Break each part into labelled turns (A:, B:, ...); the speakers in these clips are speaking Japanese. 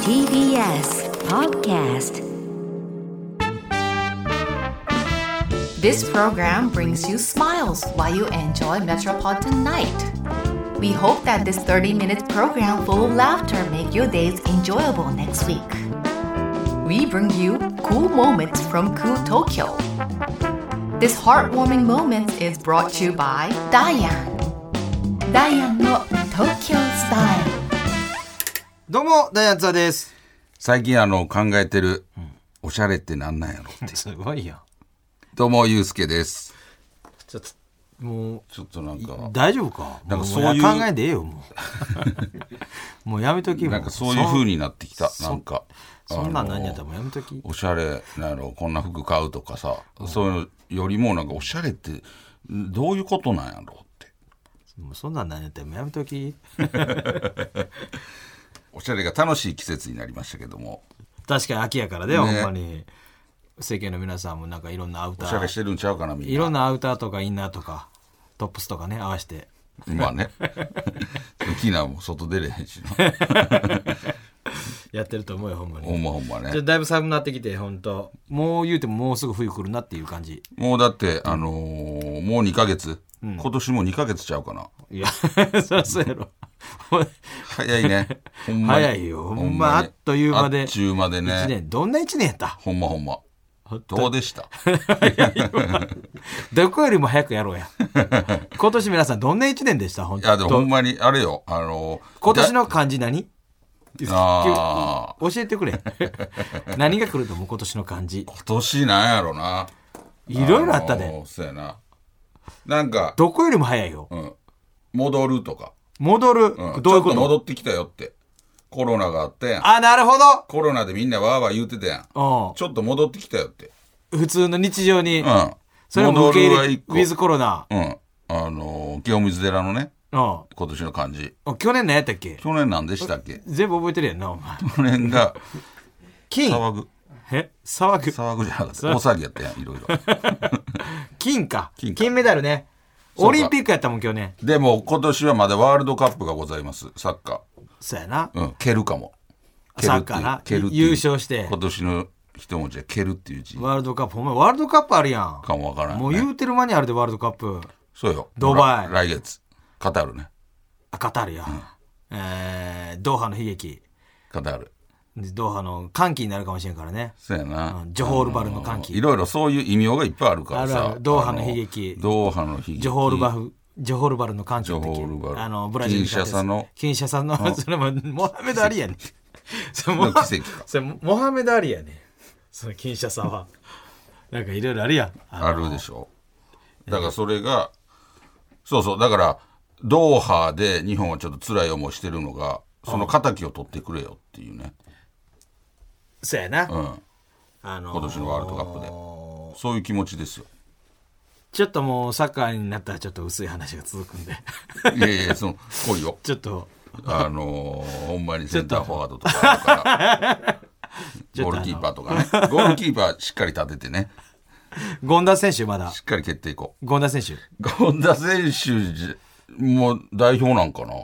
A: TBS Podcast
B: This program brings you smiles while you enjoy Metropolitan Night. We hope that this 30-minute program full of laughter make your days enjoyable next week. We bring you cool moments from cool Tokyo. This heartwarming moment is brought to you by Diane. Diane no Tokyo Style.
C: どうも、ダイアンツァ です。
D: 最近あの考えてる、おしゃれってなんなんやろ って。
C: すごいよ。
D: どうも、ゆうすけです。
C: ちょっと、も
D: ちょっとなん
C: う、
D: か、
C: 大丈夫か
D: なん
C: も
D: かそういう
C: 考えでええよ、も う。もうやめときも
D: なんかそういう風
C: に。
D: になってきた。なんか、
C: そんなん
D: あの
C: 何やったらもうやめとき。
D: おしゃれなんやろ、こんな服買うとかさ、そういうのよりもなんかおしゃれって、どういうことなんやろって。
C: もうそんなん何やったらもうやめとき。
D: おしゃれが楽しい季節になりましたけども、
C: 確かに秋やからだよ、
D: ね
C: ほんまに。世間の皆さんもなんかいろんなアウタ
D: おしゃれし
C: ー。
D: てるんちゃうかな、みんな。
C: いろんなアウターとかインナーとか、トップスとかね、合わせて。
D: まあね。 キナも外出れへんしな。
C: やってると思うよ、ほんま
D: ほ
C: に。
D: んまほんまね
C: じゃあ。だいぶ寒くなってきて、ほんと。もう言うてももうすぐ冬来るなっていう感じ。
D: もうだって、あのーもう2ヶ月、今年も2ヶ月ちゃうかな。
C: いや、 そりゃそうやろ。
D: 早 いね。ほんまに
C: 早いよほんまあっという間で
D: あっちゅう間で
C: 一
D: ね。
C: 年、どんな一年やった
D: ほんまほんま。
C: ほんと
D: どう でした
C: どこよりも早くやろ うや。今年皆さん、どんな一年でした本
D: いや、で
C: 当
D: もほんまに、あれよ、あの、
C: 今年
D: だ
C: の漢字何
D: あ
C: 教えてく れ。何が来ると思う今年の漢字。
D: 今年なんやろな。
C: いろいろあったで。
D: のーそうやな。なんか、
C: どこよりも早いよ。
D: うん、戻るとか、
C: 戻る。
D: うん
C: どういうこ
D: ちょっと戻
C: と
D: ってきたよって。コロナがあったやん。
C: あ、なるほ
D: コロナでみんなわーわー言うてたやん。
C: ど
D: ちょっと戻ってきたよって。
C: うん。普通の日常に
D: う、ん。
C: それも受け
D: 戻るは
C: 入れ
D: 一、
C: ウ
D: 個
C: ィズコロナ。
D: うん。あのー清水寺のね、
C: う
D: 今年の漢字。
C: ん。去年何やったっけ
D: 去年なんでしたっけ
C: 全部覚えてるやんな、お前。
D: 去 年が、
C: 金。
D: 騒ぐ。
C: え騒ぐ。
D: 騒ぐじゃなか った。大騒ぎやったやん、いろいろ。
C: 金か。金
D: 金か
C: メダルね。
D: そうか
C: オリンピックやったもん、去年。
D: でも、今年はまだワールドカップがございます、サッカ
C: そうやな。
D: ー。うん、蹴るかも。蹴る
C: サ
D: っていう
C: ッカーな
D: 蹴るっていう
C: 優勝して
D: 今年の一文字は蹴るっていう字
C: ワールドカップ、お前、ワールドカップあるやん。
D: かもわからん、ね。
C: もう言うてる間にあるで、ワールドカップ。
D: そうよ。
C: ドバイ
D: もう来来月。カタールね。
C: あ、カタールや。えー、ドーハの悲劇。
D: カタール。
C: ドーハの歓喜になるかもしれんからね。
D: そうやな
C: う。んジョホールバルの歓喜
D: あのいろいろそういう異名がいっぱいあるから
C: あるあ
D: さ。
C: るドーハの悲劇
D: あのドーハの悲劇。
C: ジョホールバフ、ジョホールバルの歓喜の時
D: ジョホールバル
C: あの、ブラジルに勝ったやつ
D: キンシャサの
C: キンシャサの、それも、モハメド・アリやね ん。それ
D: の
C: モハ
D: 奇跡か
C: それモハメド・アリやねん。そのキンシャサは。なんかいろいろあるやん。あの
D: あるでしょ。だからそれが、そうそう、だから、ドーハで日本はちょっと辛い思いしてるのが、その敵を取ってくれよっていうね。
C: そうやな。
D: うん。
C: あのー
D: 今年のワールドカップで。そういう気持ち ですよ。
C: ちょっともうサッカーになったらちょっと薄い話が続くんで。
D: いやいや、その、来いよ。
C: ちょっと、
D: あのー、ほんまにセンターフォワードとかあ るから、ゴールキーパーとかね。ゴールキーパーしっかり立ててね、
C: 権田選手まだ
D: し。っかり蹴っていこ
C: 権田選手。
D: う。権田選手じもう代表なんかな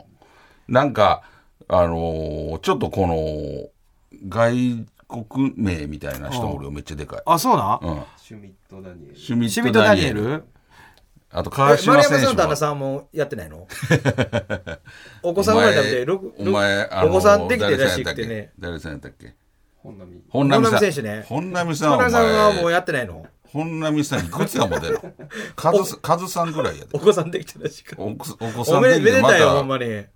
D: なんか、あのーちょっとこの、外国名みたいな人も俺めっちゃでかい。
C: あ、そうな、
D: うん。
E: シュミット・ダニエル。
D: シュミ
C: シ
D: ッ
C: ミ
D: ト・
C: と
D: ダ
C: ダ
D: ニ
C: ニ
D: エ
C: エ
D: ル。
C: ル
D: あと、川島選手も。
C: さんもやってない のお
D: お
C: 子
D: 前、
C: ろく
D: お前、あのー誰さんやったっけ
E: 本並。
D: 本並さん。
C: 本並選手ね
D: 本並さんはお前。
C: やってないの
D: 本並さん、いくつやもて るのカズさんカズさんぐらいやで。
C: 子さんできてたしか
D: お子お子さんできてまた
C: に。い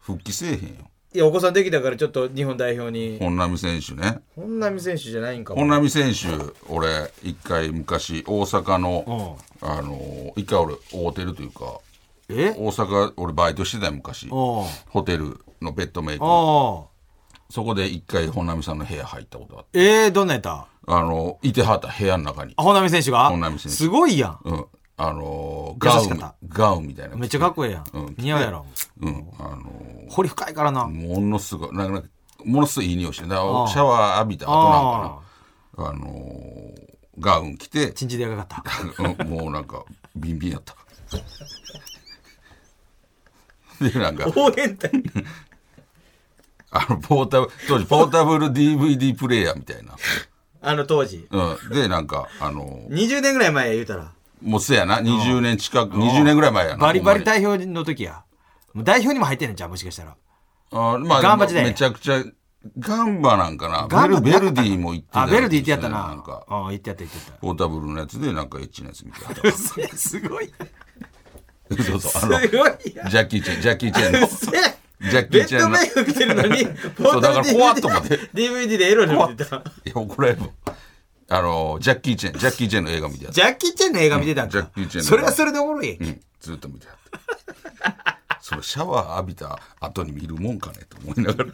D: 復帰せえへんよ。
C: や、お子さんできたからちょっと日本代表に。
D: 本並選手ね。
C: 本並選手じゃないんか
D: 本並選手、俺、一回昔、大阪の、あのー、一回俺、会うてるというか、
C: え
D: 大阪、俺バイトしてたよ昔。
C: おう
D: ホテルのベッドメイク。
C: おう
D: そこで一回本並さんの部屋入ったことあって。
C: えー、どんなんやった
D: あのー、いてはった部屋の中に。
C: あ本並選手が
D: 本並選手
C: すごいやん。
D: うん。あのー、
C: 優
D: ガ
C: しかった
D: ウン、ガウンみたいな。
C: めっちゃかっこええやん。
D: うん
C: 似合うやろ。
D: うん。あのー、
C: 彫り深いからな。
D: ものすごい、なんかなんか、ものすごいいい匂いしてるだか
C: ああ
D: らシャワー浴びた後
C: あ
D: なんかな。あのー、ガウン着て、
C: チンチでやかかった。
D: うん もうなんか、ビンビンやった。 で、なんか、
C: 応援隊。
D: あの、ポータブ、当時、ポータブル DVD プレイヤーみたいな。
C: あの当時。
D: うん。で、なんか、あの、
C: 20年ぐらい前や言うたら。
D: もうせやな、20年近く、20年ぐらい前やな。
C: バリバリ
D: ほん
C: 代表の時や。もう代表にも入ってんねんじゃん、もしかしたら。
D: まにあまあ、
C: ガンバ時代や
D: めちゃくちゃ、ガンバなんかな。
C: ガンバ
D: ベルベルディも行ってた
C: あ、
D: やつですね
C: ベルディってやったな。
D: なんか、
C: うん、言ってやった言ってやっ
D: ポータブルのやつで、なんかエッチなやつみたいな。
C: た。嘘やすごい。
D: そうそう、あ
C: す
D: の、ジ
C: ごいや。
D: ャッキーチェン、ジャッキーチェンの。
C: 嘘や
D: ジャッキ
C: ベ
D: ーチ
C: ッ
D: ェ
C: ド
D: ンの。
C: メイ
D: い
C: ク着てるのに、
D: そうだから怖っと思って
C: DVD でエロに見てた。
D: や、怒られる。あの、ジャッキーチェン、ジャッキーチェンの映画見てやっ
C: ジ
D: た
C: ャッキー・チェンの映画見てたん
D: ジャ
C: か
D: ッキーチェン。の
C: それはそれでおもろいやん
D: うん、ずっと見てはった。それシャワー浴びた後に見るもんかねと思いながら。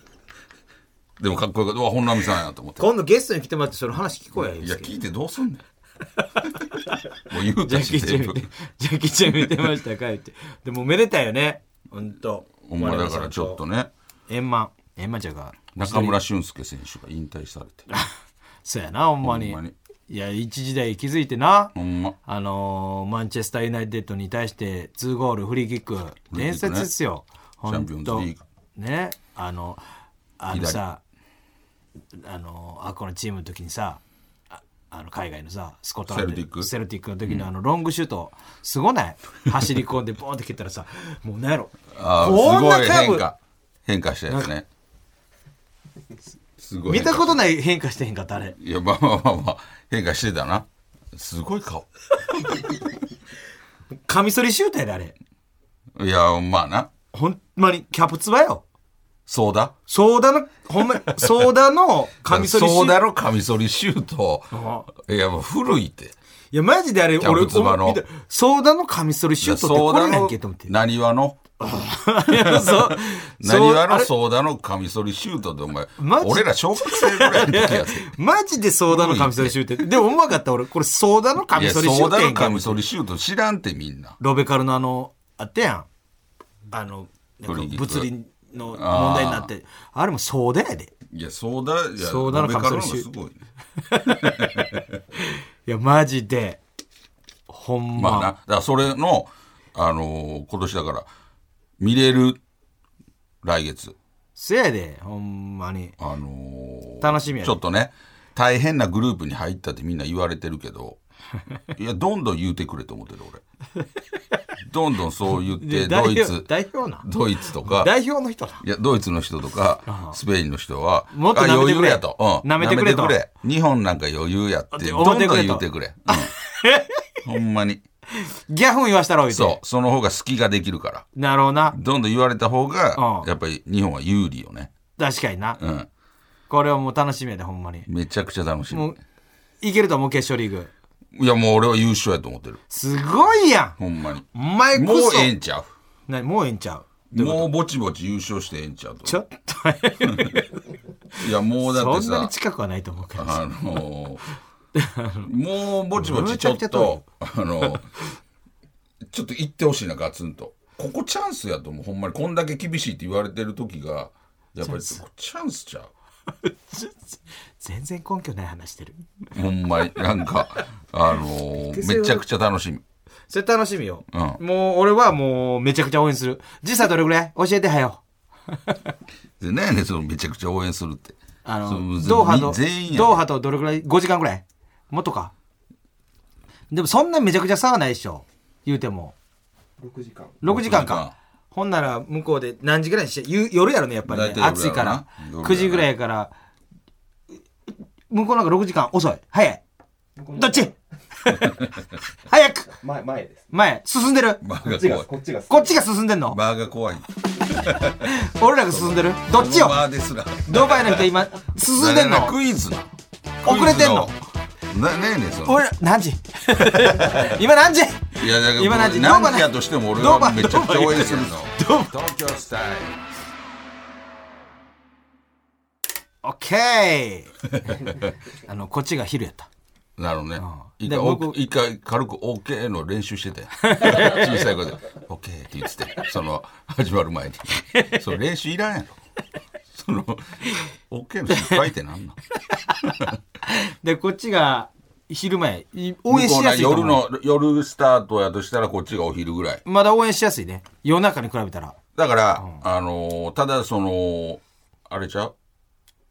D: でもかっこよかった。うわ、本並さんやと思って。
C: 今度ゲストに来てもらってその話聞こうや。
D: いや、聞いてどうすんねん。もう言う
C: ジャッ
D: た
C: キ
D: し、
C: ーチェ
D: 全
C: ン見
D: 部
C: て、ジャッキーチェン見てましたかいって。でもめでたいよね。ほんと。
D: ほんまだからちょっとね、
C: 円満。円満ちゃうか。
D: 中村俊輔選手が引退されて。
C: そうやな、ほんまに。
D: ほんまに
C: いや、一時代気づいてな。
D: ほんま。
C: あのーマンチェスターユナイテッドに対して2ゴールフリーキック伝説ですよ、
D: チャンピオンズリーグ
C: ほんとねあのあのさあのあこのチームの時にさああの海外のさスコットランド
D: セルティック
C: セルティックの時のあのロングシュートすごない走り込んでボーンって蹴ったらさもうなんやろ
D: あーす
C: こん
D: ご
C: ないカー
D: 変
C: ブ
D: 化。変化したやつね。すごい。
C: 見たことない変化してへんかったあれ
D: いや、まあまあまあまあ、変化してたな。すごい顔。
C: カミソリシュートやであれ
D: いや、まあな。
C: ほんまにキャプツバよ
D: そうだ。
C: ソーダのほんまにソーダのカミソリシュー
D: そう
C: ト
D: だろ、カミソリシュート。いや、もう古いって。
C: いや、マジであれ、
D: キャ
C: 俺、
D: プツバの
C: 見たソーダのカミソリシュートってこれなんけと思って。
D: なにわの、
C: いや そう
D: なにわの
C: そう
D: ソーダのカミソリシュートってお前
C: マ、ジ
D: 俺ら小学生ぐらいの
C: あ
D: 時
C: れ
D: やで。
C: マジでソーダのカミソリシュートって。でも、うまかった、俺。これ、ソーダ のカ
D: い
C: ミ
D: や、
C: ソリシュ
D: ソー
C: ート
D: ダ
C: や
D: の
C: んか
D: カミ。ソリシュート知らんってみんな。
C: ロベカルのあの、あったやん。あの、なん
D: フ
C: か
D: リーキック
C: 物理の問題になって。あれもソーダやで。
D: いや、ソーダ、いや、
C: ソーダのカミソリシュート
D: ロベカルの方がすごいね。
C: いや、マジで。ほん
D: まあな。だ
C: ま。
D: からそれの、あのー今年だから、見れる、来月。
C: せやで、ほんまに。
D: あのー
C: 楽しみやね
D: ちょっとね、大変なグループに入ったってみんな言われてる けど、いや、どんどん言うてくれと思ってる、俺。どんどんそう言って、
C: で代
D: ドイ
C: 表
D: ツ、
C: 代表な。
D: ドイツとか、
C: 代表の人だ。
D: いや、ドイツの人とか、スペインの人は、
C: もっと
D: あ
C: 舐めてくれ
D: 余裕やと。うん。
C: 舐めてくれと
D: 舐日本なんか余裕やって、
C: で
D: どん
C: 思
D: ど
C: っ
D: ん
C: てくれと
D: 言うてくれ。 うん。ほんまに。
C: ギャフン言わしたろ、言うて
D: そう。その方が隙ができるから。
C: なるほどな。
D: どんどん言われた方が
C: う、ん
D: やっぱり日本は有利よね。
C: 確かにな。
D: うん。
C: これはもう楽しみやで、ほんまに。
D: めちゃくちゃ楽し
C: も
D: み
C: う。、いけると思う、決勝リーグ。
D: いや、もう俺は優勝やと思ってる。
C: すごいや
D: ほんまに。
C: んお前こ
D: もう
C: そ。
D: ええんちゃ
C: なもうええんちゃう。
D: う。もうぼちぼち優勝してええんちゃうと。
C: ちょっと、
D: いや、もうだって
C: そんな
D: さ
C: に、近くはないと思うけど。
D: あの ーもうぼちぼちちょっ
C: むちゃくちゃ遠い
D: と、あのーちょっと行ってほしいな、ガツンと。ここチャンスやと思う。ほんまに、こんだけ厳しいって言われてる時が、やっぱりチャンスちゃ
C: 全然根拠ない話してる。
D: う。ほんまに、なんか、あのーめちゃくちゃ楽しみ。
C: それ楽しみよ。
D: う
C: もう、俺はもう、めちゃくちゃ応援する。時差どれぐらい教えてはよ。
D: で、なんやねんそのめちゃくちゃ応援するって。
C: あの
D: そ、う
C: ドーハと、ド
D: 全員やねん
C: ーハとどれぐらい ?5 時間ぐらいもっとか。でも、そんなめちゃくちゃ差はないでしょ。言うても。
E: 6時間
C: 6時間
D: 6時間
C: か。ほんなら向こうで何時ぐらいにして夕夜やろねやっぱり
D: 大
C: ね
D: 体夜やろな
C: 暑いから
D: 夜やな
C: 9時ぐらいやから向こうなんか6時間遅い早いどっち 早く
E: 前前です
C: 前進んでる
D: バ
E: こっ
D: ー
E: ち
D: が
E: が
D: 怖い
E: こっ。ちが
C: こっちが進んでんの
D: バーが怖い。
C: 俺らが進んでるどっちよ
D: バーですら。
C: ドバイの人今進んでんの
D: クイズの
C: 遅れてんの
D: なねえねえその
C: 俺ら何時 今何時
D: いやだから
C: 今何時
D: 何
C: ドバ
D: 時やとしても俺
C: ドバ
D: はめちゃくちゃ応援するの東京スタイ
C: オッケーあのこっちが昼やった
D: ルなるほどね
C: うん
D: 一
C: で
D: 回お
C: 僕
D: 一回軽く OK の練習 してて小さい声で OK って言っててその始まる前にその練習いらんやろその OK の失敗ってなんなん
C: でこっちが昼前い応援しやすいと
D: 向
C: 思う
D: こうな夜の夜スタートやとしたらこっちがお昼ぐらい
C: まだ応援しやすいね。夜中に比べたら。
D: だから、あのーただそのあれちゃう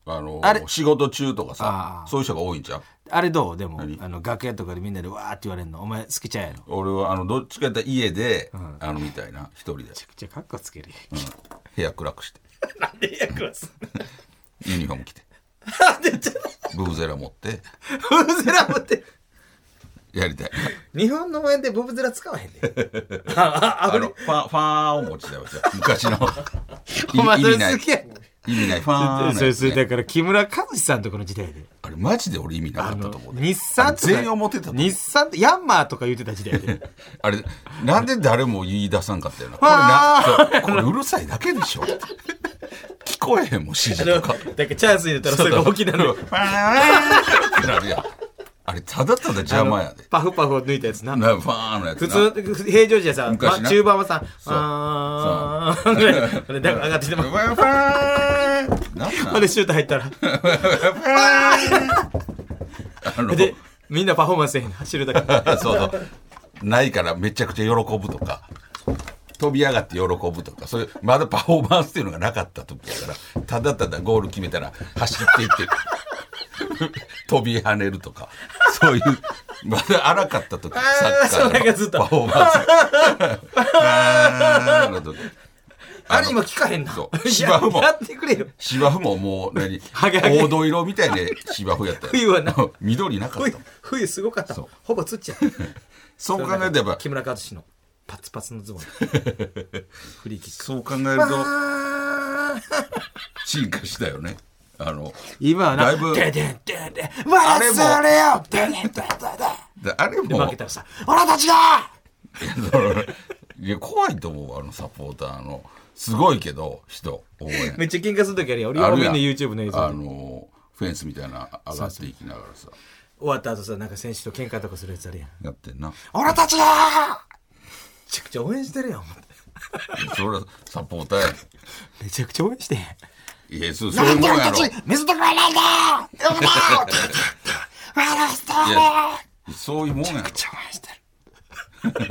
D: あの
C: あれ
D: 仕事中とかさ
C: あー
D: そういう人が多いんちゃう
C: あれどうでも
D: 何
C: あの楽屋とかでみんなでわーって言われるのお前好きちゃうやろめ
D: 俺はあのどっちかやったら家で、あのみたいな一人で、
C: ちゃくちゃカッコつける
D: うん部屋暗くして
C: なんでやクラス
D: ユニフォーム着て
C: なんでちょっ
D: ブブゼラ持って
C: と ブブゼラ持って
D: やりたい
C: 日本の応援でブブゼラ使わへんで
D: あのファファーを持ちだよじゃあ昔の
C: お前
D: い
C: それ
D: 意味ない
C: 好きや
D: 意味ないファーのやつ
C: そ
D: ね
C: れそれだから木村和志さんとこの時代で
D: あれマジで俺意味なか
C: あ
D: った
C: の
D: と思うで
C: 日産とか
D: 全員思ってたと思う
C: 日産とヤンマーとか言ってた時 代で
D: あれなんで誰も言い出さんかったよなこれ
C: わ
D: なそうこれうるさいだけでしょ聞こえへんもん指示とか
C: だからチャンス入れたらそれが大きなの
D: ってなるやんあれただただ邪魔やで
C: パフパフを抜いたやつな
D: なファーのやつ
C: 普
D: な
C: 通平常時はさ、
D: 昔な
C: ま中盤はさ「
D: う
C: あ ーん」ぐらいでだから上が ってきて
D: フ
C: も
D: ァーファーなんなん
C: でシュート入ったら
D: あの
C: でみんなパフォーマンスせえへん走るだけ
D: そうそうないからめちゃくちゃ喜ぶとか飛び上がって喜ぶとかそういうまだパフォーマンスっていうのがなかった時だからただただゴール決めたら走っていって飛び跳ねるとかそういうまだ荒かった時サ
C: ー
D: ッカ
C: それがず
D: ー
C: っ
D: の
C: と
D: パフォーマンスあーの時
C: あれ今聞かへんな
D: そう
C: いや
D: 芝生も
C: やってくれよ
D: 芝生ももう何
C: ハゲハゲ
D: 黄土色みたいな芝生やったよ
C: 冬はな
D: 緑なかった
C: 冬冬すごかった
D: そう
C: ほぼつっちゃう
D: そう考えるとやっぱ
C: 木村和志のパツパツのズボ ンフリーキック
D: そう考えると進化したよね。あの、
C: 今はな
D: だいぶ
C: ででんでんでん
D: あれも
C: 忘れよででんでんでん
D: であれ
C: でんで
D: も
C: 負けたらさ俺たちだ
D: いや怖いと思う、あのサポーターの。すごいけど、人、応援。
C: めっちゃ喧嘩する時あるよ俺も
D: ある
C: みん
D: や
C: なん YouTube の映像
D: あ
C: で
D: の、フェンスみたいな上がっていきながらさ、
C: 終わった後さなんか選手と喧嘩とかするやつあるやん
D: やってんな。
C: 俺たちだーめちゃくちゃ応援してるやん思って
D: それはサポーターやん。
C: めちゃくちゃ応援してん
D: イエス、そういうもんやろ。
C: 水とかないんだよ俺たちだ
D: いやそういうもんやろ。
C: ちゃ応援してる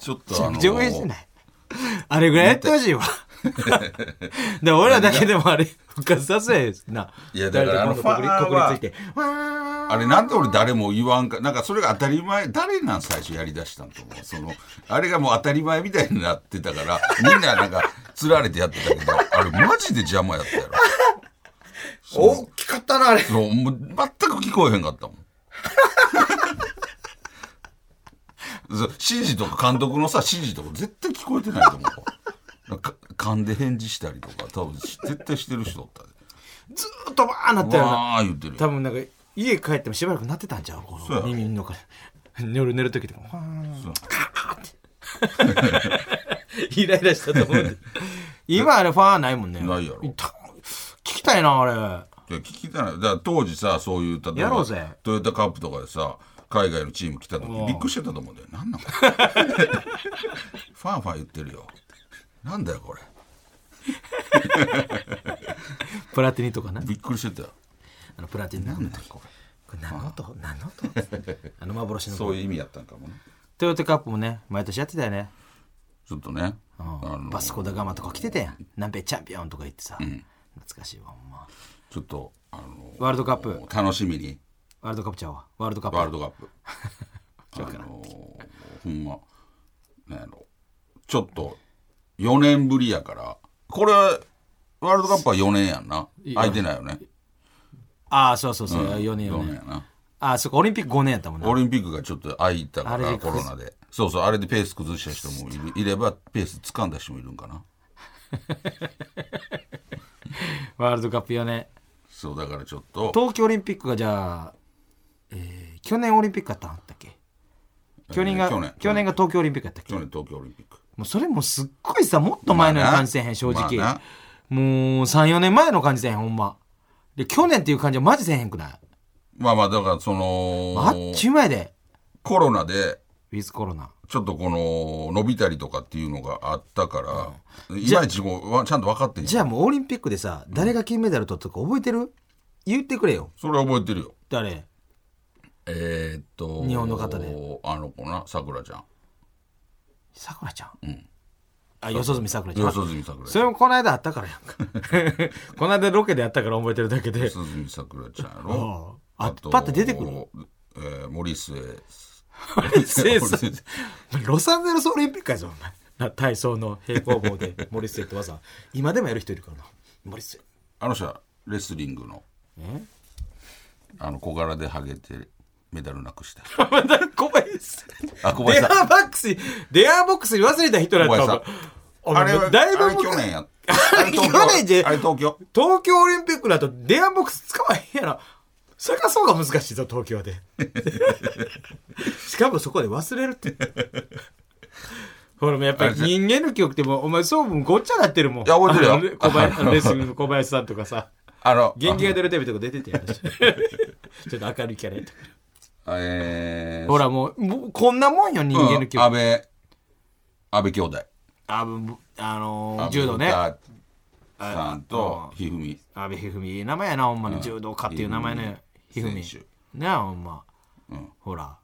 D: ちょっ
C: めち
D: とあ
C: ゃ
D: の
C: くちゃ応援してないあれぐらいやってほしい わで俺らだけでもあれ復活させないな。
D: いやだからあの
C: 誰今度
D: ファンは
C: 国立国立行ってわー
D: あれなんで俺誰も言わんかなんかそれが当たり前誰なん最初やりだしたんと思うそのあれがもう当たり前みたいになってたからみんななんかつられてやってたけどあれマジで邪魔やったやろ
C: 大きかったなあれ
D: そうもう全く聞こえへんかったもん そう指示とか監督のさ指示とか絶対聞こえてないと思うなんか勘で返事したりとか多分絶対してる人だったで
C: ずーっとバーなったよな
D: わー言ってる
C: 多分なんか家帰ってもしばらくなってたんちゃうこ
D: そう
C: の
D: や
C: 耳の中で夜寝る時とかわー
D: そう
C: カ ーってイライラしたと思 う今あれファーないもんね
D: ないやろ
C: た聞きたいなあ
D: いや聞きたいなだから当時さそういう例えば
C: やろうぜ
D: トヨタカップとかでさ海外のチーム来た時びっくりしてたと思うんだよなんなの ファンファン言ってるよなんだよこれ
C: れプラティニとかな
D: びっくりしてたよ
C: あのプラティニ
D: な
C: なんん
D: だ
C: だ
D: よこ
C: これ何の音何の音 あの幻
D: れ
C: の
D: そう
C: 声
D: いう意味やったんかもね
C: トヨタカップもね毎年やってたよね、
D: ちょっとね
C: う
D: あ
C: ん
D: の
C: バスコダガマとか来てたやん南米チャンピオンとか言ってさ、懐かしいわほんま
D: ちょっとあの
C: ワールドカップ
D: 楽しみに
C: ワールドカップちゃうわワールドカップ
D: ワールドカッ プあのほんまなんやろちょっと4年ぶりやからこれはワールドカップは4年やんな空いてないよね
C: ああそうそうそう、4年
D: 4
C: 4
D: 年
C: 年
D: やな
C: ああそこオリンピック5年やったもんね
D: オリンピックがちょっと空いたか
C: あれ
D: ら
C: で
D: コロナでそうそうあれでペース崩した人もいるいればペース掴んだ人もいるんかな
C: ワールドカップ4年
D: そうだからちょっと
C: 東京オリンピックがじゃあ、えー去年オリンピックやったんだったっけ去年が、
D: えー去年
C: 去年が東京オリンピックやったっけ
D: 去年東京オリンピック
C: もうそれもすっごいさもっと前のように感じせへん正直、
D: まあな
C: もう34年前の感じせへんほんまで去年っていう感じはマジせへんくない
D: まあまあだからその
C: あっちゅう前で
D: コロナで
C: ウィズコロナ
D: ちょっとこの伸びたりとかっていうのがあったから、いまいちこうわちゃんと分かってん
C: じゃあもうオリンピックでさ誰が金メダル取ったか覚えてる言ってくれよ
D: それは覚えてるよ
C: 誰
D: えーっと
C: 日本の方で
D: あの子なさくらちゃん
C: さくらちゃん、あ四十住さくらちゃん
D: 四十住さくら
C: そ
D: ちゃ
C: れ
D: ん
C: もこの間あったからやんか この間ロケでやったから覚えてるだけで
D: 四十住さくらちゃんやろ
C: ああパッと出てくる、
D: えー、森末
C: 生産ロサンゼルスオリンピックやぞお前な体操の平行棒で森末って技今でもやる人いるからな森末
D: あの人はレスリングのあの小柄でハゲてメダルなくした人
C: まだ小林
D: あ小
C: デ
D: 林さ
C: ア
D: ん
C: ボックスにデアボックスに忘れた人だった
D: 小林さん
C: わお前
D: は
C: だいぶ
D: あれ
C: 昔
D: 去年や
C: あれ去年じゃ
D: あれ東京
C: 東京オリンピックだと電話ボックス使わへんやろ探そうが難しいぞ東京でしかもそこで忘れるってほらもうやっぱり人間の記憶ってもうお前そうもごっちゃなってるもん
D: いや覚えてるよ
C: あの小林 あのレスリングの小林さんとかさ
D: あの
C: 元気が出るテレビとか出ててや るしちょっと明るいキャラやったから
D: あえー、
C: ほらもうもうこんなもんよ人間の記
D: うん安
C: 憶
D: 倍安倍兄弟
C: あぶあのー柔道ね
D: 安倍詩さんとひふみ
C: 阿部一二三いい名前やなほんまに、柔道家っていう名前ね一
D: 一二
C: 二三
D: 三選
C: ねえほんま、
D: うん
C: ほら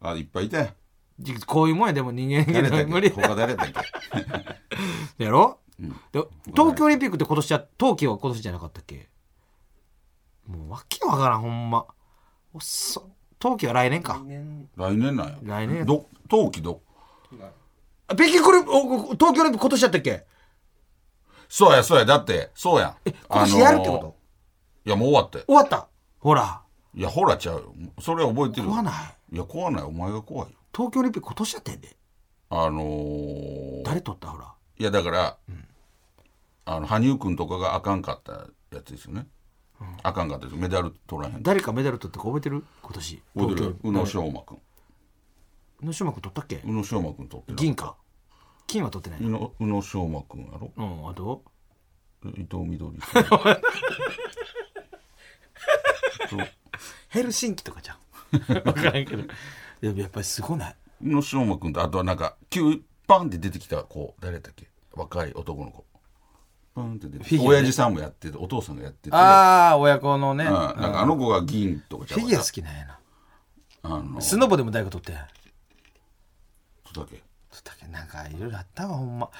D: あいっぱいいたよ
C: じこういうもんやでも人間
D: 誰だ
C: が
D: っけ
C: 無理
D: 他誰だっけ
C: やろ、で東京オリンピックって今年は冬季は今年じゃなかったっけもうわけわからんほんまおっそ冬季は来年か
E: 来年
D: 来年なんや
C: 来年や
D: ど冬季ど
E: が
C: あ北京オリンお東京オリンピック今年やったっけ
D: そうやそうやだってそうやえ
C: 今年やるってこと、
D: いやもう終わって
C: 終わったほら
D: いやほらちゃうよそれは覚えてるよ
C: 怖ない
D: いや怖ないお前が怖いよ
C: 東京オリンピック今年やってんで
D: あのー
C: 誰取ったほら
D: いやだから、あの羽生君とかがあかんかったやつですよね、あかんかったですメダル取らへん
C: 誰かメダル取ったか覚えてる今年
D: 覚えて
C: 東
D: る
C: 京
D: 宇野昌磨君
C: 宇野昌磨君取ったっけ
D: 宇野昌磨君取ってる
C: 銀か金は取ってない
D: 宇野宇野昌磨君やろ
C: うんあと
D: 伊藤みどり さんそう
C: ヘルシンキとか じゃん分からんけどでもやっぱりすごない
D: 宇野昌磨君とあとはなんか急パンって出てきた子誰だっけ若い男の子パンって出てき
C: フィギ
D: て、
C: ュアね
D: 親父さんもやっててお父さんがやってて
C: ああ親子のね、
D: うん、なんかあの子が銀とかちゃ
C: フ
D: う
C: ィギュア好きなんやな
D: あの
C: スノボでも誰か取ってん
D: そうだっけ
C: 取ったっけなんかいろいろあったわほんま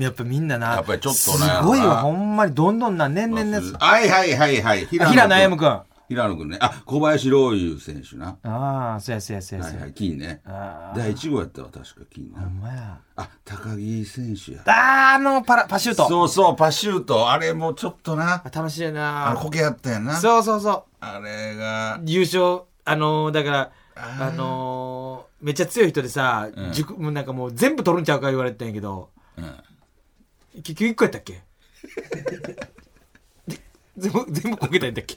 C: やっぱみんなな
D: やっぱりちょっと
C: す
D: な
C: ごい
D: やっ
C: わ
D: ぱ
C: ほんまにどんどんな年々ね
D: はいはいはいはい。平
C: 平野歩夢君あ
D: 平野君ね。あ、小林陵侑選手な。
C: あーそうやそうやそうや
D: は
C: そう
D: い
C: や、
D: はい、金ね
C: あ。
D: 第1号やったわ、確か金
C: ほ
D: な。
C: んまや
D: あ、高木選手や。
C: あーあのパラパシュート
D: そうそう、パシュート。あれもちょっとな。
C: 楽しい
D: あ
C: な
D: の、コケやったやんな。
C: そうそうそう
D: あれが。
C: 優勝あのーだからあのーめっちゃ強い人でさ、
D: うん
C: 塾もうなんかもう全部取るんちゃうか言われてたんやけど
D: うん
C: 結局1個やったっけで全部全部こけたんだっけ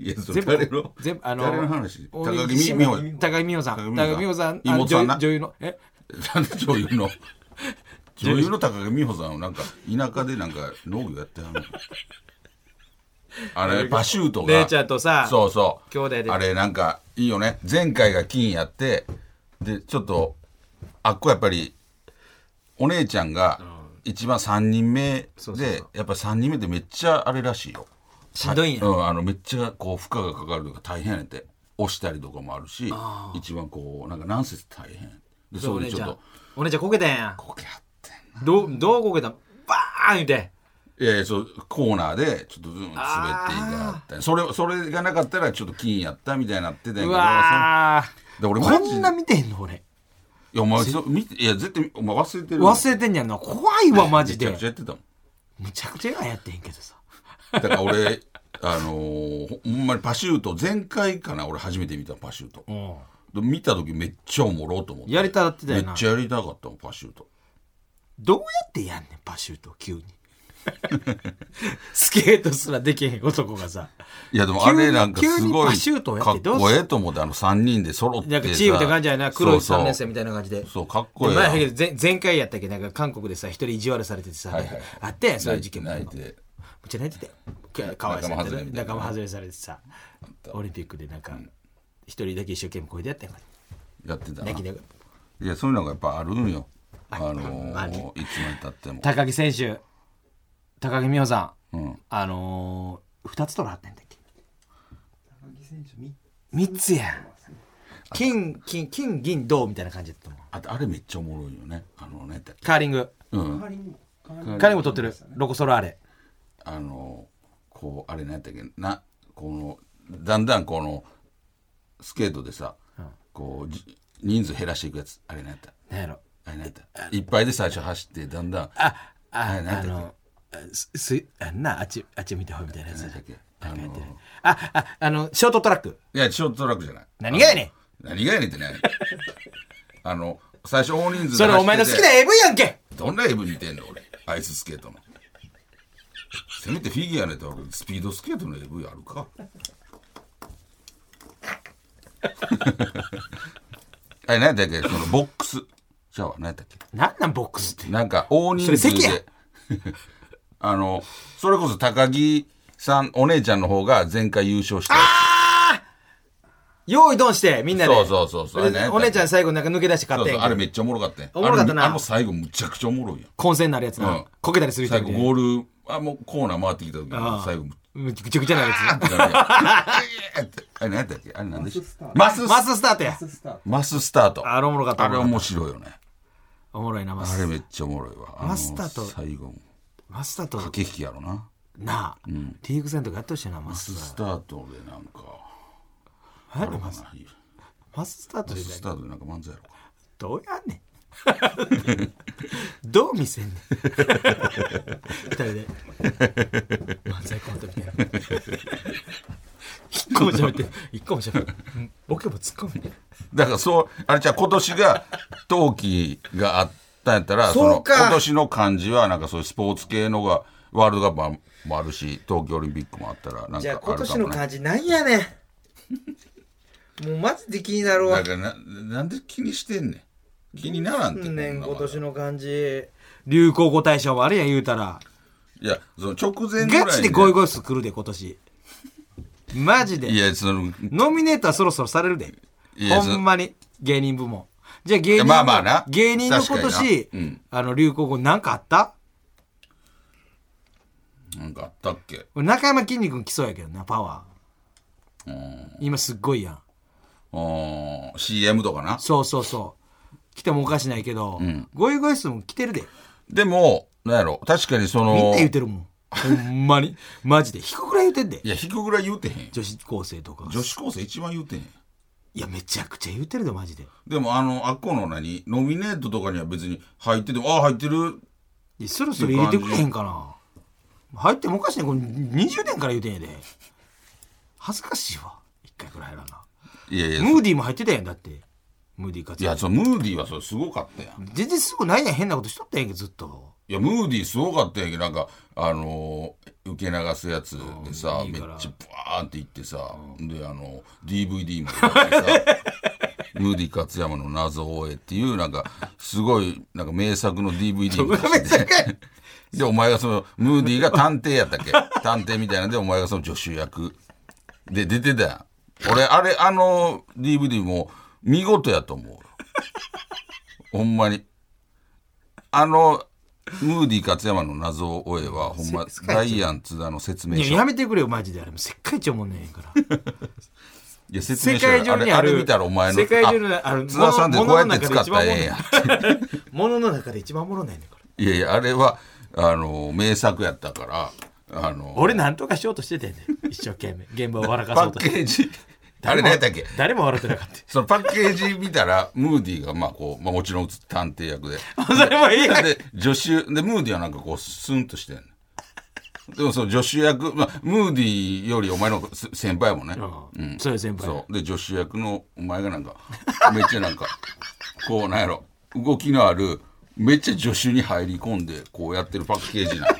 D: いや、それ
C: 全部
D: 誰の
C: 全部あの
D: 誰の話
C: お
D: 高木美美穂。
C: 高木美穂さん
D: 高木美
C: 高木美
D: 穂
C: 穂
D: さ
C: さん
D: ん妹さんな
C: あの女優女優のえ
D: なんで女優 の。女優の高木美穂さんはなんか田舎でなんか農業やってはんのあれパシュートが
C: 姉ちゃんとさ
D: そうそう
C: 兄弟で
D: あれなんかいいよね前回が金やってでちょっとあっこやっぱりお姉ちゃんが一番3人目
C: そうそう
D: で
C: そう
D: やっぱ3人目でめっちゃあれらしいよ
C: しんどいんや、
D: うん、あのめっちゃこう負荷がかかるとか大変やねんて押したりとかもあるし一番こうなんかナンセンス大変でそ
C: お
D: こで
C: 姉
D: ち
C: ち
D: ょ
C: ゃ
D: っ
C: ん
D: と
C: お姉ちゃんこけたんや
D: こけはってんな
C: どうどうこけたんバーンって
D: いやいやそうコーナーでちょっとずん滑っていかはったそれそれがなかったらちょっと金やったみたいになってたんや
C: う
D: けど
C: わ
D: それで俺
C: ー
D: マ
C: こ
D: ジで
C: んな見てへんの俺
D: いやお前そう見ていや絶対お前忘れてる
C: 忘れてんやんな怖いわマジで
D: めちゃくちゃやってたもん
C: むちゃくちゃややってへんけどさ
D: だから俺 あのーほんまにパシュート前回かな俺初めて見たパシュートで見た時めっちゃおもろうと思って
C: やりたがってた
D: め
C: よ
D: っ
C: な
D: ちゃやりたかったもんパシュート
C: どうやってやんねんパシュート 急にスケートすらできへん男がさ
D: いやでもあ
C: 急に
D: れなんかすご
C: 急に
D: い
C: パシュートをや
D: か
C: っ
D: って
C: どうする
D: こええと思ってあの3人で揃って
C: なんかチームって感じや
D: や
C: な黒い3年生みたいな感じで
D: そうかっこ
C: で
D: ええ
C: 前
D: や
C: や
D: ん
C: けど前前回やったっけなんか韓国でさ一人意地悪されててさ、
D: はいはい
C: あってそういう事件も
D: 泣いて
C: めっちゃ泣いてたよ。かかわいそうになって
D: 仲間外れみたいな
C: 仲間外れされてさ、オリンピックでなんか、一人だけ一生懸命声でやったんやから
D: やってたな
C: 泣きながら
D: いやそういうのがやっぱあるんよあのー
C: まあね
D: いつまでたっても
C: 高木選手、高木美穂さん、
D: うん
C: あのー、2つ取らはってんだっけ
E: 高木選手み
C: 3つやん。金、金、金、銀、銅みたいな感じだったもん。
D: あとあれめっちゃおもろいよねあのね
C: カーリング。
D: うん
E: 周りにも
C: 彼も取ってるロコ・ソラーレ
D: あのこうあれなんやったっけなこのだんだんこのスケートでさ、こうじ人数減らしていくやつあれなんやった
C: 何やろ
D: あれなんやったいっぱいで最初走ってだんだん
C: ああ
D: いなん
C: あ
D: て言う
C: のすすあんなあっちあっち見てほいみたいなやつ
D: 何
C: なん
D: やっ
C: か
D: たっけ
C: や
D: あ
C: ってる
D: の
C: あああのショートトラック
D: いやショートトラックじゃない
C: 何がやねん
D: 何がやね んってねあの最初大人数
C: それお前の好きな AV やんけ
D: どんな AV 見てんの俺アイススケートのせめてフィギュアネタスピードスケートの AV あるか あれ何やったっけそのボックスじゃあ何やったっけ
C: なんなんボックスって
D: なんか大人数
C: それ席や
D: で あのそれこそ高木さんお姉ちゃんの方が前回優勝して
C: 用意ドンしてみんなで
D: そうそうそうそうあれ何や
C: で
D: った
C: お
D: っけ
C: 姉ちゃん最後なんか抜け出して買
D: そ
C: っ
D: う
C: て
D: そうあれめっちゃおもろかったね
C: おもろかったな
D: あれあの最後むちゃくちゃおもろいやん
C: 混戦になるやつな、
D: うん
C: こけたりする人
D: 最
C: みた
D: 後
C: いな
D: ゴールあもうコーナー回ってきた時
C: ああ
D: 最後む
C: ぐちゃぐちゃなやつ
D: あれ何やったっけあれ何でしたマ ス
C: マススタートや
E: ススタート
D: マススタート。
C: あれおもろかった
D: あれ面白いよね。
C: おもろいなマ
D: あ
C: ス
D: れめっちゃおもろいわ。あの
C: マスタート
D: 最後も。
C: マスターと
D: 駆け引きやろな。
C: なあ、リーグ戦とかやってほしいなマ
D: マス
C: ス
D: ス
C: ス
D: タートでなんか。
C: ター
D: あ
C: ト
D: れかな
C: マスマススタート
D: マ
C: で
D: ススタートでなんか漫才やろか。
C: どうやん ねんどう見せんねん二人で漫才コントみたいな一個も喋って一個も喋ってボケもツッコミ
D: だからそう、あれじゃあ今年 が、冬季があったんやったら、
C: そうか
D: の今年の感じはなんかそういうスポーツ系のが、ワールドカップもあるし、東京オリンピックもあったら、なんかある
C: じゃあ
D: か
C: 今
D: も
C: 年の
D: ね。
C: 感じなんやねんもうマジで気になるわ
D: だからな、なんで気にしてんねん。気にならんて。こんな
C: ねん
D: まだ
C: 今年の感じ流行語大賞もあるやん言うたら
D: いや、その直前ぐらい
C: ガチでゴイゴイスー来るで今年マジ
D: い
C: で
D: や、その、
C: ノミネートはそろそろされるで
D: いや
C: ほんまに芸人部門じゃあ芸人
D: いやまあまあな
C: 芸人の今
D: 確かに
C: 年、
D: なうん
C: あの流行語なんかあった
D: なんかあったっけ
C: 俺中山きんに君来そうやけどなパワー今すっごいやん
D: うーん ?CM とかな。
C: そうそうそう来てもおかしないけど、ゴイゴイスーも来てるで
D: でも、なんやろ、確かにその、
C: みんな言う
D: い
C: てるもん。ほんま に。マジで。低くらい言うてんで。
D: や、引くぐらい言うてへん。
C: 女子高生とか。
D: 女子高生一番言うてへん。
C: いや、めちゃくちゃ言うてるで、マジで。
D: でも、あの、あっこの何、ノミネートとかには別に入ってても、ああ、入ってる。
C: いやそろそろ入れてくれへんかな。入ってもおかしいね。これ20年から言うてんやで。恥ずかしいわ。一回くらい入らな。
D: いやいや、
C: ムーディーも入ってたやん、だって。ムーディー活
D: いや、
C: 躍。
D: そのムーディーはそれすごかったやん。
C: 全然すごないやん。変なことしとったやんけ、ずっ と。
D: いや、ムーディーすごかったやんけど、なんか、あのー受け流すやつでさ、
C: いい
D: めっ
C: から
D: ちゃバーンっていってさ、で、あの、DVD も出てさ、 ムーディー勝山の謎をえっていう、なんか、すごい、なんか名作の DVD も出しててで、お前がその、ムーディーが探偵やったっけ 探偵みたいなんで、お前がその助手役で出てたやん。俺、あれ、あの DVD も見事やと思うよ。ほんまに。あの、ムーディー勝山の謎を追えは、ほんま、
C: 世界
D: ダイアン津田の説明
C: い
D: 書。
C: や、やめてくれよ、マジで。あれ、もう世界一おもんねんや から。
D: いや、説
C: 世
D: 明書や
C: 界
D: ろあ
C: 中に
D: れ、
C: あ
D: あ
C: る。
D: れ見たらお前の、
C: 世界中にある。
D: 津田さんってこうやって使ったらええやん。
C: 物の中で 一番おもろないねんから。
D: いやいや、あれは、あの、名作やったから、あの、
C: 俺なんとかしようとしてたよね一生懸命現場を笑か
D: パ
C: そう
D: ッ
C: と
D: ケ
C: して
D: ージ、あれ何やったっけ
C: 誰も笑ってなかった
D: そのパッケージ見たら、ムーディーが、まあ、こう、まあ、もちろん探偵役で。
C: よそれもいい やん
D: で、助手、で、ムーディーはなんかこう、スンとしてんねでも、その助手役、まあ、ムーディーよりお前の方がす先輩やもんね。
C: うんそういう先輩
D: そう。で、助手役のお前がなんか、めっちゃなんか、こう、なんやろ、動きのある、めっちゃ助手に入り込んで、こうやってるパッケージなの。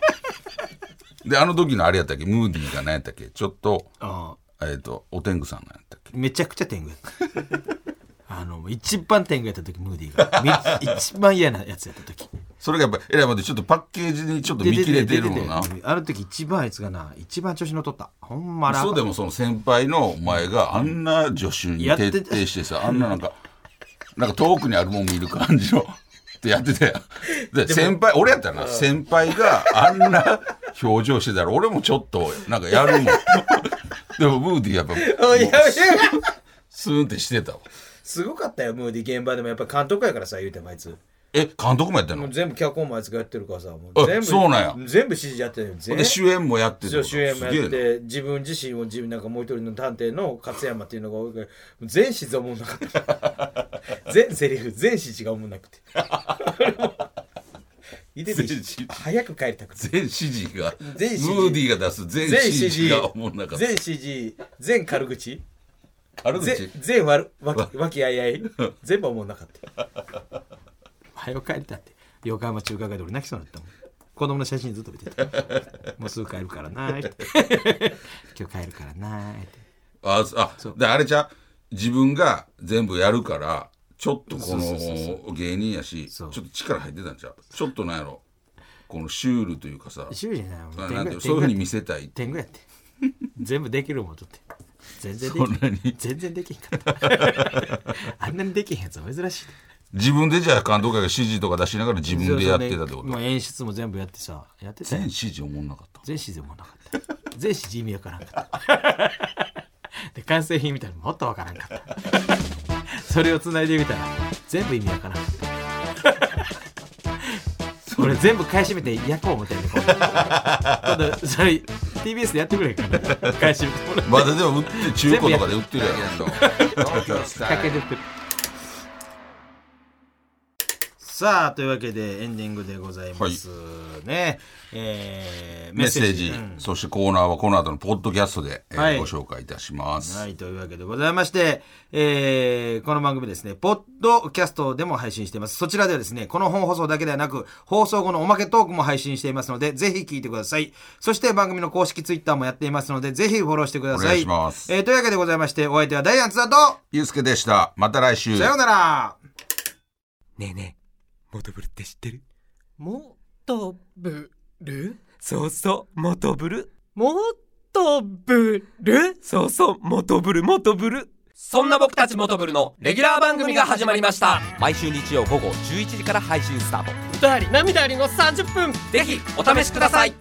D: で、あの時のあれやったっけ、ムーディーが何やったっけ、ちょっと、
C: あ
D: えっ、と、お天狗さんなんやったっけ。
C: めちゃくちゃ天狗やったあの一番天狗やった時ムーディーがみ一番嫌なやつやった時
D: それがやっぱ、えらいまでちょっとパッケージにちょっと見切れてるもんな
C: で。ででであの時一番あいつがな一番調子のとったほんまな
D: そうでもその先輩のお前があんな助手に
C: やって
D: 徹
C: て
D: 底してさ、あんななんか、なんか遠くにあるもん見る感じの、ってやってたよ。で、先輩、俺やったらな、先輩があんな表情してたら、俺もちょっと、なんかやるもん。でも、ムーディーやっぱ、
C: おいやめろ
D: スーンってしてたわ。
C: すごかったよムーディー現場でもやっぱ監督やからさ言うてもあいつ
D: え、監督もやってん
C: も
D: の
C: う全部脚本もあいつがやってるからさも
D: あ
C: う全部
D: そうなん
C: 全部指示やってるよ全
D: で、主演もやってって
C: そう主演もやっ
D: すげえ
C: て自分自身を自分なんかもう一人の探偵の勝山っていうのが多いから全指示はもんなかった 全セリフ全指示がおもんなくて俺もいてて
D: 全指示
C: 早く帰りたくて
D: な全指示が、ム
C: 全指示
D: ーディーが出す
C: 全
D: 全指
C: 指
D: 示
C: 示
D: がおもんなかった
C: 全。指示全軽口
D: 軽
C: 全
D: 口
C: 全わるわきわきあいあい全部おもんなかった早く帰りたって横浜中華街で俺泣きそうになったもん子供の写真ずっと見 てたもうすぐ帰るからなーって今日帰るからなーって
D: あ、そあ、で、あれじゃう自分が全部やるから、ちょっとこ
C: そうそうそ
D: の芸人やし、ちょ
C: そ
D: っ
C: う
D: と力入ってたんちゃうちょっとなんやろ、このシュールというかさ、
C: 修理じゃないも
D: あ
C: 天
D: なんて
C: 狗
D: いうそういうふうに見
C: せ
D: せたいって。
C: 天狗やって全部できるもんとって全然で
D: そんなに
C: きん全然できへんかった あんなにできへんやつは珍しい
D: 自分でじゃあ監督が指示とか出しながら自分でやってたってこ
C: そうそう
D: と
C: ねもう演出も全部やってさやってた
D: 全
C: よ
D: 指示おもんなかった。
C: 全自然もなかった全自然意味わからんかった で完成品みたいなのもっとわからんかったそれをつないでみたら全部意味わからんかった俺全部買い占めて焼こう思ってんね今度今度それ TBS でやってくれへんかな買い占めてもらって
D: まだでも売って中古とかで売ってるやん。
C: かけてってさあというわけでエンディングでございます、ねえー
D: メッセージ、
C: うん
D: そしてコーナーはこの後のポッドキャストで、えー
C: はい
D: ご紹介いたします。
C: はい、というわけでございまして、えーこの番組ですね、ポッドキャストでも配信しています。そちらではですね、この本放送だけではなく、放送後のおまけトークも配信していますので、ぜひ聞いてください。そして番組の公式ツイッターもやっていますので、ぜひフォローしてください。
D: お願いします
C: えーというわけでございまして、お相手はダイアンツだと、
D: ゆうすけでした。また来週。
C: さようなら、
A: ねえねえ、モトブルって知ってる
F: もっとぶる
A: そうそう、モトブル。
F: もっとぶる
A: そうそう、モトブル、モトブル。
G: そんな僕たちモトブルのレギュラー番組が始まりました
A: 毎週日曜午後11時から配信スタート。
F: 歌あり涙ありの30分
G: ぜひお試しください